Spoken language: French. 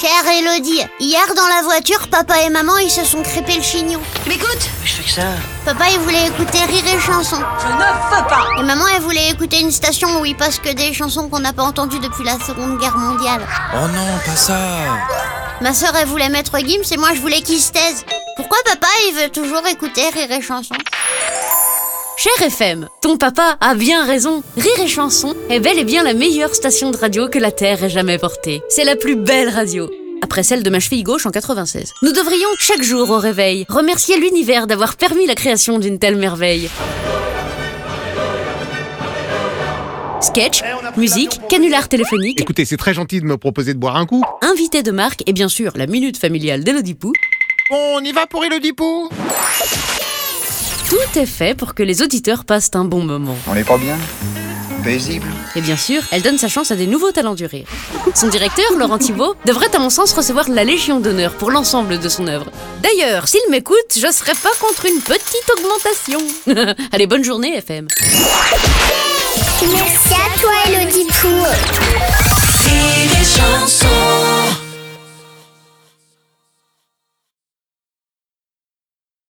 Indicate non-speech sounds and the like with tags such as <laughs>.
Chère Elodie, hier dans la voiture, papa et maman ils se sont crêpés le chignon. Mais écoute Je fais que ça. Papa il voulait écouter Rire et Chanson. Je ne veux pas Et maman elle voulait écouter une station où il passe que des chansons qu'on n'a pas entendues depuis la seconde guerre mondiale. Oh non, pas ça Ma soeur elle voulait mettre Gims et moi je voulais qu'il se taise. Pourquoi papa il veut toujours écouter Rire et Chanson Cher FM, ton papa a bien raison. Rire et Chanson est bel et bien la meilleure station de radio que la Terre ait jamais portée. C'est la plus belle radio. Après celle de ma cheville gauche en 96. Nous devrions, chaque jour au réveil, remercier l'univers d'avoir permis la création d'une telle merveille. Sketch, musique, canular téléphonique, Écoutez, c'est très gentil de me proposer de boire un coup. invité de marque et bien sûr la minute familiale d'Elodie Pou. On y va pour Elodie Pou Tout est fait pour que les auditeurs passent un bon moment. On n'est pas bien Paisible Et bien sûr, elle donne sa chance à des nouveaux talents du rire. Son directeur, Laurent Thibault, devrait à mon sens recevoir la Légion d'honneur pour l'ensemble de son œuvre. D'ailleurs, s'il <laughs> m'écoute, je serais pas contre une petite augmentation. Allez, bonne journée, FM.